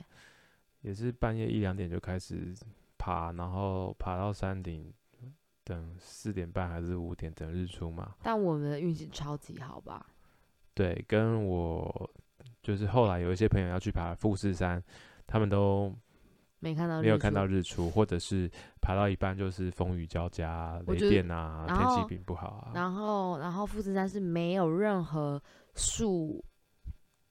Speaker 2: 也是半夜一两点就开始爬，然后爬到山顶，等四点半还是五点等日出嘛。
Speaker 1: 但我们的运气超级好吧？
Speaker 2: 对，跟我就是后来有一些朋友要去爬富士山，他们都
Speaker 1: 没看到，
Speaker 2: 没有看到。日出，或者是爬到一半就是风雨交加、
Speaker 1: 我
Speaker 2: 雷
Speaker 1: 就是
Speaker 2: 电啊，
Speaker 1: 然
Speaker 2: 天气
Speaker 1: 后
Speaker 2: 并不好啊。
Speaker 1: 然后，然后富士山是没有任何树，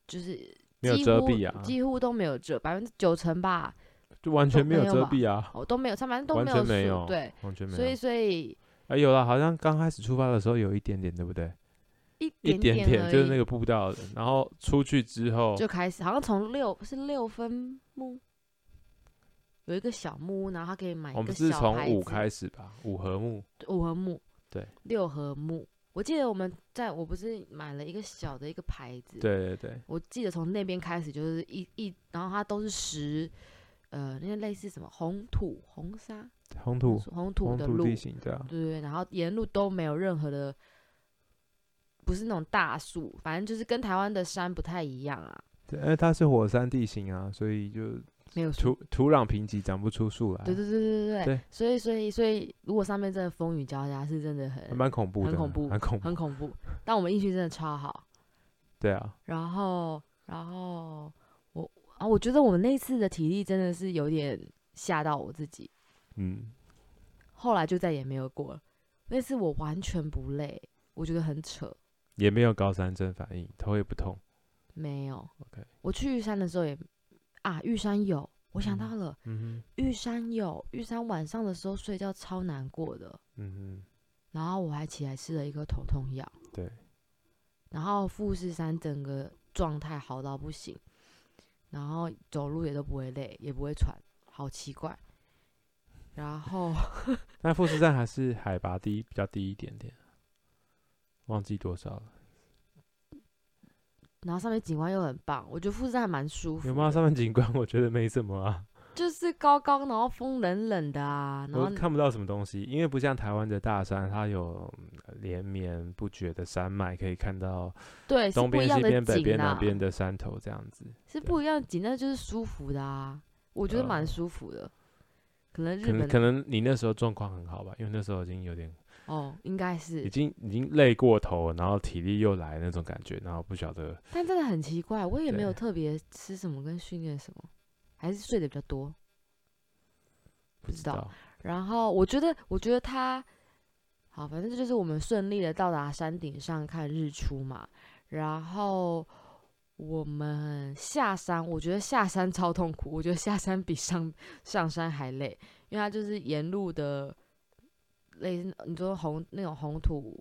Speaker 1: 就是
Speaker 2: 没有
Speaker 1: 几
Speaker 2: 遮
Speaker 1: 乎
Speaker 2: 蔽啊
Speaker 1: 几乎都没有遮，百分之九成吧，
Speaker 2: 就完
Speaker 1: 都
Speaker 2: 全没
Speaker 1: 没
Speaker 2: 有
Speaker 1: 有
Speaker 2: 遮
Speaker 1: 吧
Speaker 2: 蔽啊，
Speaker 1: 哦都没有，它反正都
Speaker 2: 完
Speaker 1: 没
Speaker 2: 全
Speaker 1: 有
Speaker 2: 没
Speaker 1: 树，
Speaker 2: 有
Speaker 1: 对，
Speaker 2: 完全没
Speaker 1: 所以
Speaker 2: 有。
Speaker 1: 所以
Speaker 2: 哎，有了，好像刚开始出发的时候有一点点，对不对？
Speaker 1: 一
Speaker 2: 一
Speaker 1: 点
Speaker 2: 点点，
Speaker 1: 而
Speaker 2: 就是
Speaker 1: 已
Speaker 2: 那个步道的，然后出去之后，
Speaker 1: 就开始，好像从六是六分木，有一个小木屋，然后它可以买
Speaker 2: 我
Speaker 1: 一
Speaker 2: 们
Speaker 1: 个
Speaker 2: 是
Speaker 1: 小
Speaker 2: 从
Speaker 1: 牌
Speaker 2: 五
Speaker 1: 子，
Speaker 2: 开始吧，五合目。
Speaker 1: 五合木，
Speaker 2: 对，
Speaker 1: 六合木。我记得我们在我不是买了一个小的一个牌子，
Speaker 2: 对对对，
Speaker 1: 我记得从那边开始就是一一，然后它都是石，呃，那个类似什么红土、红沙、
Speaker 2: 红土
Speaker 1: 红土
Speaker 2: 红
Speaker 1: 的
Speaker 2: 土
Speaker 1: 路，
Speaker 2: 地形这样，
Speaker 1: 对对，然后沿路都没有任何的，不是那种大树，反正就是跟台湾的山不太一样啊，
Speaker 2: 对，因为它是火山地形啊，所以就
Speaker 1: 没有树。
Speaker 2: 土土壤贫瘠，长不出树来，
Speaker 1: 对对对对对
Speaker 2: 对
Speaker 1: 所以所以所以，如果上面真的风雨交加，是真的
Speaker 2: 还
Speaker 1: 很
Speaker 2: 蛮恐怖的，
Speaker 1: 很恐怖
Speaker 2: 很恐怖，
Speaker 1: 很恐怖。但我们运气真的超好，
Speaker 2: 对啊，
Speaker 1: 然后然后我啊，我觉得我们那次的体力真的是有点吓到我自己，
Speaker 2: 嗯，
Speaker 1: 后来就再也没有过了。那次我完全不累，我觉得很扯，
Speaker 2: 也没有高山症反应，头也不痛，
Speaker 1: 没有。
Speaker 2: OK
Speaker 1: 我去玉山的时候也啊，玉山有，我想
Speaker 2: 嗯
Speaker 1: 到了，
Speaker 2: 嗯
Speaker 1: 玉山有，玉山晚上的时候睡觉超难过的，
Speaker 2: 哼，嗯
Speaker 1: 然后我还起来吃了一颗头痛药，
Speaker 2: 哼，对，
Speaker 1: 然后富士山整个状态好到不行，然后走路也都不会累，也不会喘，好奇怪。然后
Speaker 2: 那富士山还是海拔低，比较低一点点，忘记多少了，
Speaker 1: 然后上面景观又很棒，我觉得富士山还蛮舒服
Speaker 2: 有没有
Speaker 1: 的，
Speaker 2: 上面景观？ 我觉得没什么啊，就是
Speaker 1: 高高，然后风冷冷的啊，然
Speaker 2: 我
Speaker 1: 后
Speaker 2: 看不到什么东西，因为不像台湾的大山，它有嗯连绵不绝的山脉，可以看到
Speaker 1: 对是
Speaker 2: 东
Speaker 1: 不
Speaker 2: 边、
Speaker 1: 一样
Speaker 2: 西
Speaker 1: 的
Speaker 2: 边、北
Speaker 1: 景
Speaker 2: 边、
Speaker 1: 啊
Speaker 2: 南，边的山头这样子。
Speaker 1: 是
Speaker 2: 对
Speaker 1: 不一样的景，那就是舒服的啊，我觉得蛮
Speaker 2: 呃
Speaker 1: 舒服的。可能日
Speaker 2: 可能
Speaker 1: 本
Speaker 2: 可能你那时候状况很好吧，因为那时候已经有点
Speaker 1: 哦，应该
Speaker 2: 已
Speaker 1: 是，
Speaker 2: 经已经累过头了，然后体力又来那种感觉，然后不晓得
Speaker 1: 但真的很奇怪，我也没
Speaker 2: 对
Speaker 1: 有特别吃什么跟训练什么，还是睡得比较多。
Speaker 2: 不
Speaker 1: 知
Speaker 2: 知
Speaker 1: 道然后我觉得，我觉得他好，反正这就是我们顺利的到达山顶上看日出嘛。然后我们下山，我觉得下山超痛苦，我觉得下山比上上山还累，因为它就是沿路的类似你说红那种红土，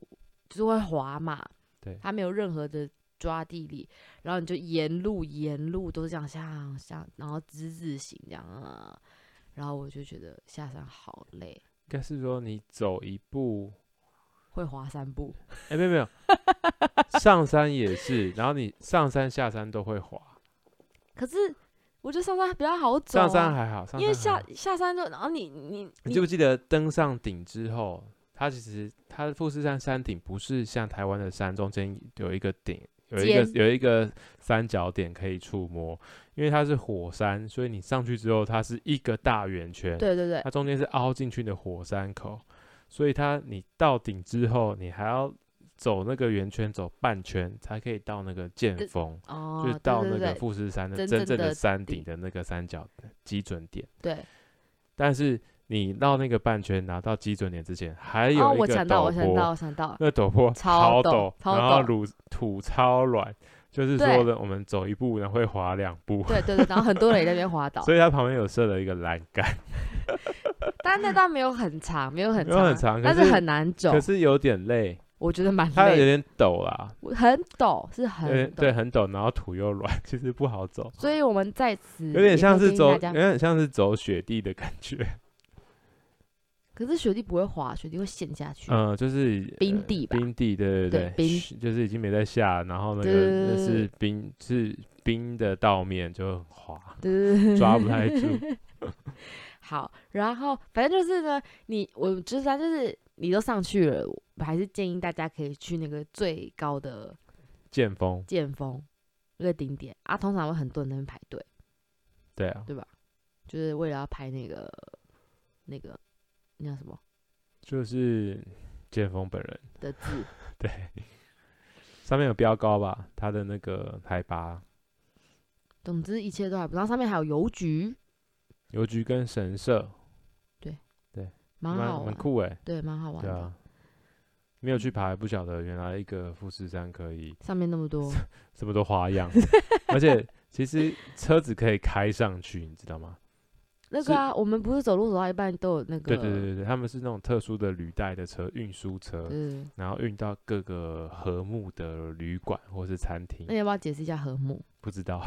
Speaker 1: 就是会滑嘛，
Speaker 2: 对
Speaker 1: 它没有任何的。抓地力，然后你就沿路沿路都是这样像像，然后之字形这样啊，然后我就觉得下山好累，
Speaker 2: 应该是说你走一步，
Speaker 1: 会滑三步。
Speaker 2: 哎、没有没有，上山也是，然后你上山下山都会滑，
Speaker 1: 可是我觉得上山比较好走、啊，
Speaker 2: 上山还好，上
Speaker 1: 因为
Speaker 2: 山还
Speaker 1: 下
Speaker 2: 好
Speaker 1: 下山就，然后你你
Speaker 2: 你记不记得登上顶之后，它其实它富士山山顶不是像台湾的山中间有一个顶，有一个
Speaker 1: 尖
Speaker 2: 有一个三角点可以触摸，因为它是火山，所以你上去之后它是一个大圆圈，
Speaker 1: 对对对
Speaker 2: 它中间是凹进去的火山口，所以它你到顶之后，你还要走那个圆圈走半圈才可以到那个剑
Speaker 1: 对
Speaker 2: 峰。
Speaker 1: 哦，
Speaker 2: 就是到那
Speaker 1: 对
Speaker 2: 个
Speaker 1: 对对
Speaker 2: 富士山的
Speaker 1: 真
Speaker 2: 真
Speaker 1: 正
Speaker 2: 正的
Speaker 1: 的
Speaker 2: 山
Speaker 1: 顶
Speaker 2: 顶的那个三角基准点，
Speaker 1: 对
Speaker 2: 但是你到那个半圈拿到基准点之前，还
Speaker 1: 对，
Speaker 2: 有
Speaker 1: 哦，
Speaker 2: 一
Speaker 1: 我
Speaker 2: 个
Speaker 1: 想到
Speaker 2: 陡
Speaker 1: 我想到
Speaker 2: 坡，
Speaker 1: 我想到，
Speaker 2: 那陡坡
Speaker 1: 超
Speaker 2: 好
Speaker 1: 陡
Speaker 2: 陡，
Speaker 1: 超
Speaker 2: 然后
Speaker 1: 陡
Speaker 2: 土土超软，就是
Speaker 1: 对
Speaker 2: 说的我们走一步然后会滑两步，
Speaker 1: 对对对，然后很多人也在那边滑倒，
Speaker 2: 所以它旁边有设了一个栏杆，
Speaker 1: 但那段没有很长，没有很
Speaker 2: 没有很长可
Speaker 1: 但是
Speaker 2: 是
Speaker 1: 很难走
Speaker 2: 可，是有点累，
Speaker 1: 我觉得蛮
Speaker 2: 它有
Speaker 1: 累的，
Speaker 2: 点陡啦，
Speaker 1: 我很陡，是很
Speaker 2: 有点
Speaker 1: 陡，
Speaker 2: 对，很陡，然后土又软，其实不好走，
Speaker 1: 所以我们在此
Speaker 2: 有点
Speaker 1: 嗯也
Speaker 2: 像
Speaker 1: 不
Speaker 2: 是
Speaker 1: 建议
Speaker 2: 走，嗯
Speaker 1: 大
Speaker 2: 有
Speaker 1: 家
Speaker 2: 点像是走雪地的感 觉，
Speaker 1: 可是雪地不会滑，雪地会陷下去，
Speaker 2: 嗯，就是
Speaker 1: 冰
Speaker 2: 呃
Speaker 1: 地吧
Speaker 2: 冰地，对
Speaker 1: 对
Speaker 2: 对
Speaker 1: 冰
Speaker 2: 嘘就是已经没在下，然后那
Speaker 1: 对
Speaker 2: 个
Speaker 1: 对对
Speaker 2: 那
Speaker 1: 对
Speaker 2: 是冰是冰的道面就很滑，
Speaker 1: 对对对对
Speaker 2: 抓不 太住。
Speaker 1: 好，然后反正就是呢，你我就是啊，就是你都上去了，我还是建议大家可以去那个最高的
Speaker 2: 剑锋，
Speaker 1: 剑峰那个顶点啊，通常会很多人在那边排队，
Speaker 2: 对啊，
Speaker 1: 就是为了要拍那个那个那叫什么
Speaker 2: 就是剑锋本人，
Speaker 1: 的字，
Speaker 2: 对，上面有标高吧，它的那个海拔，
Speaker 1: 总之一切都还不，然后上面还有邮局，
Speaker 2: 邮局跟神社，
Speaker 1: 蛮
Speaker 2: 蛮
Speaker 1: 好玩
Speaker 2: 蛮，酷哎，
Speaker 1: 对，蛮好玩
Speaker 2: 对
Speaker 1: 的，
Speaker 2: 啊。没有去爬，还不晓得原来一个富士山可以
Speaker 1: 上面那么多
Speaker 2: 这么多 花样，而且其实车子可以开上去，你知道吗？
Speaker 1: 那
Speaker 2: 是
Speaker 1: 个啊，我们不是走路走到一半都有那
Speaker 2: 对
Speaker 1: 个
Speaker 2: 对对对对，他们是那种特殊的履带的车，运输车，
Speaker 1: 对
Speaker 2: 然后运到各个和睦的旅馆或是餐厅
Speaker 1: 那。你要不要解释一下和睦？
Speaker 2: 不知道，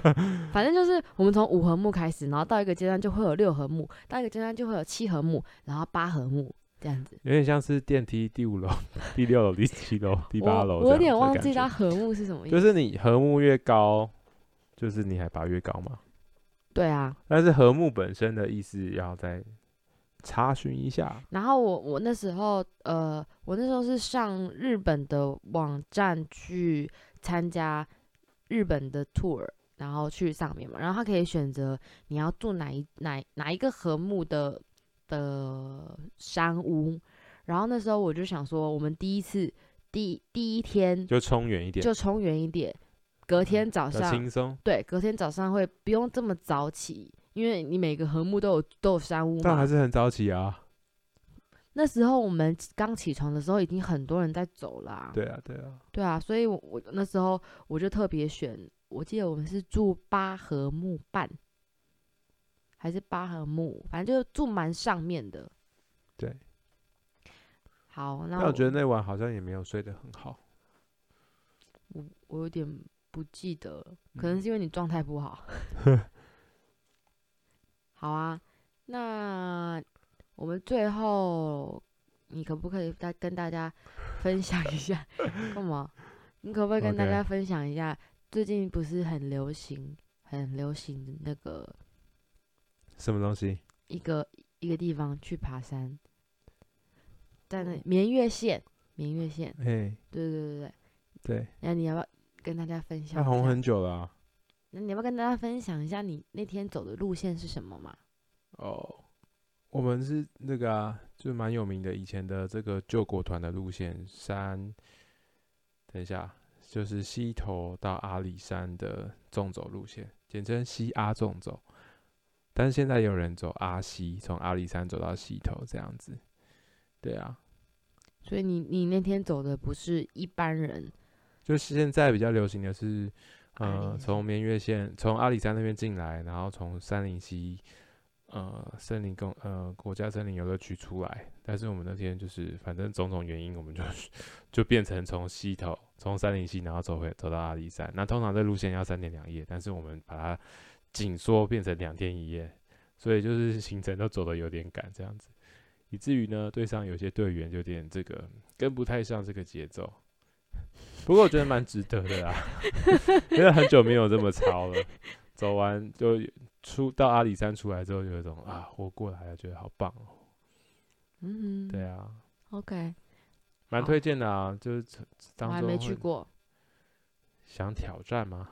Speaker 1: 反正就是我们从五合目开始，然后到一个阶段就会有六合目，到一个阶段就会有七合目，然后八合目，这样子。
Speaker 2: 有点像是电梯第五楼、第六楼、第七楼、第八楼
Speaker 1: 我
Speaker 2: 这样子的感觉。
Speaker 1: 我有点忘记它和睦是什么意思。
Speaker 2: 就是你和睦越高，就是你海拔越高嘛。
Speaker 1: 对啊，
Speaker 2: 但是和睦本身的意思要再查询一下。
Speaker 1: 然后我我那时候呃，我那时候是上日本的呃网站去参加日本的 tour，然后去上面嘛，然后他可以选择你要住哪一哪哪一个和睦的的山屋，然后那时候我就想说，我们第一次第第一天
Speaker 2: 就冲远一点，
Speaker 1: 就冲远一点，隔天早
Speaker 2: 嗯比较
Speaker 1: 上
Speaker 2: 轻松。
Speaker 1: 对，隔天早上会不用这么早起，因为你每个和睦都有都有山屋
Speaker 2: 但还
Speaker 1: 嘛。
Speaker 2: 是很早起啊。
Speaker 1: 那时候我们刚起床的时候，已经很多人在走啦、
Speaker 2: 对啊，对啊，
Speaker 1: 对啊，所以我我那时候我就特别选，我记得我们是住八和木半，还是八和木，反正就是住蛮上面的。
Speaker 2: 对。
Speaker 1: 好，那
Speaker 2: 但我觉得那晚好像也没有睡得很好。
Speaker 1: 我我有点不记得了，可
Speaker 2: 嗯
Speaker 1: 能是因为你状态 不好。好啊，那我们最后，你可不可以再跟大家分享 一下？干嘛？你可不可以跟大
Speaker 2: OK
Speaker 1: 家分享一下最近不是很流行、很流行的那个
Speaker 2: 什么东西？
Speaker 1: 一个一个地方去爬山，在
Speaker 2: 嗯
Speaker 1: 那绵月县，绵月县，
Speaker 2: 嘿，
Speaker 1: 对对对对，
Speaker 2: 哎对，
Speaker 1: 那你要不要跟大家分享
Speaker 2: 它
Speaker 1: 一下？
Speaker 2: 红很久了啊、
Speaker 1: 那你要不要跟大家分享一下你那天走的路线是什么嘛？
Speaker 2: 哦，我们是那个啊，就蛮有名的，以前的这个救国团的路线，山，等一下，就是西头到阿里山的纵走路线，简称西阿纵走。但是现在有人走阿西，从阿里山走到西头这样子。对啊，
Speaker 1: 所以你你那天走的不是一般人，
Speaker 2: 就是现在比较流行的是，
Speaker 1: 阿里
Speaker 2: 呃，
Speaker 1: 山
Speaker 2: 从绵月县从阿里山那边进来，然后从三林溪，呃，森林公呃国家森林游乐区出来。但是我们那天就是反正种种原因，我们就就变成从西头从三林溪，然后走回走到阿里山。那通常这路线要三天两夜，但是我们把它紧缩变成两天一夜，所以就是行程都走的有点赶这样子，以至于呢队上有些队员有点这个跟不太上这个节奏。不过我觉得蛮值得的啦，啊 因为很久没有这么超了。走完就出到阿里山出来之后，有一种啊活过来了，觉得好棒哦。
Speaker 1: 嗯哼，
Speaker 2: 对啊，
Speaker 1: ，OK，
Speaker 2: 蛮
Speaker 1: 好
Speaker 2: 推荐的啊，就是
Speaker 1: 我
Speaker 2: 当
Speaker 1: 还
Speaker 2: 中
Speaker 1: 没去
Speaker 2: 会
Speaker 1: 过，
Speaker 2: 想挑战吗？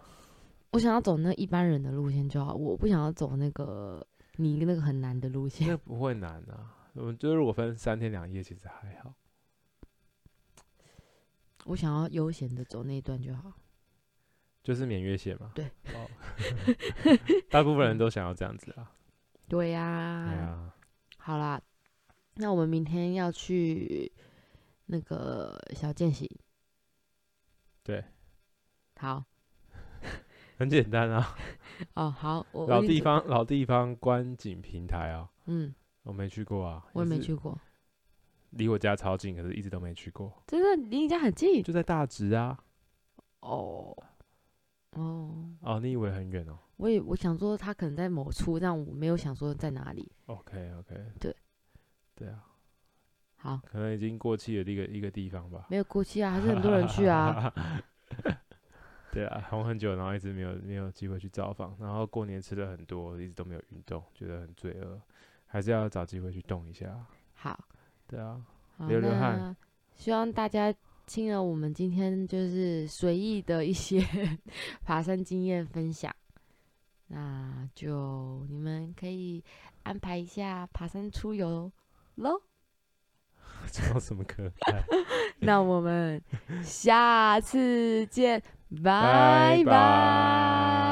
Speaker 1: 我想要走那一般人的路线就好，我不想要走那个你那个很难的路线，
Speaker 2: 那不会难啊，我觉得如果分三天两夜其实还好。
Speaker 1: 我想要悠闲的走那一段就好。
Speaker 2: 就是免月线嘛。
Speaker 1: 对，
Speaker 2: 哦、 大部分人都想要这样子啊。
Speaker 1: 对呀、
Speaker 2: 对啊，
Speaker 1: 好啦，那我们明天要去那个小见习，
Speaker 2: 对，
Speaker 1: 好
Speaker 2: 很简单啊，
Speaker 1: 哦，好，我
Speaker 2: 老
Speaker 1: 我已经
Speaker 2: 地
Speaker 1: 走，
Speaker 2: 方老地方观景平台啊，
Speaker 1: 嗯，
Speaker 2: 我没去过啊，
Speaker 1: 我也没
Speaker 2: 是
Speaker 1: 去过，
Speaker 2: 离我家超近，可是一直都没去过，
Speaker 1: 真的离你家很近
Speaker 2: 就在大直啊。
Speaker 1: 哦哦。
Speaker 2: 哦，你以为很远哦
Speaker 1: 我也我想说他可能在某处，但我没有想说在哪里。
Speaker 2: ？OK OK，
Speaker 1: 对，
Speaker 2: 对啊，
Speaker 1: 好，
Speaker 2: 可能已经过气的一个一个地方吧。。
Speaker 1: 没有过期啊，还是很多人去啊。
Speaker 2: 对啊，红很久，然后一直没有没有机会去造访，然后过年吃了很多，一直都没有运动，觉得很罪恶，还是要找机会去动一下。
Speaker 1: 好，
Speaker 2: 对啊，
Speaker 1: 好
Speaker 2: 流流汗
Speaker 1: 那希望大家听了我们今天就是随意的一些 爬山经验分享，那就你们可以安排一下爬山出游喽。
Speaker 2: 唱什么歌？哎
Speaker 1: 那我们下次见，
Speaker 2: 拜
Speaker 1: 拜
Speaker 2: 拜。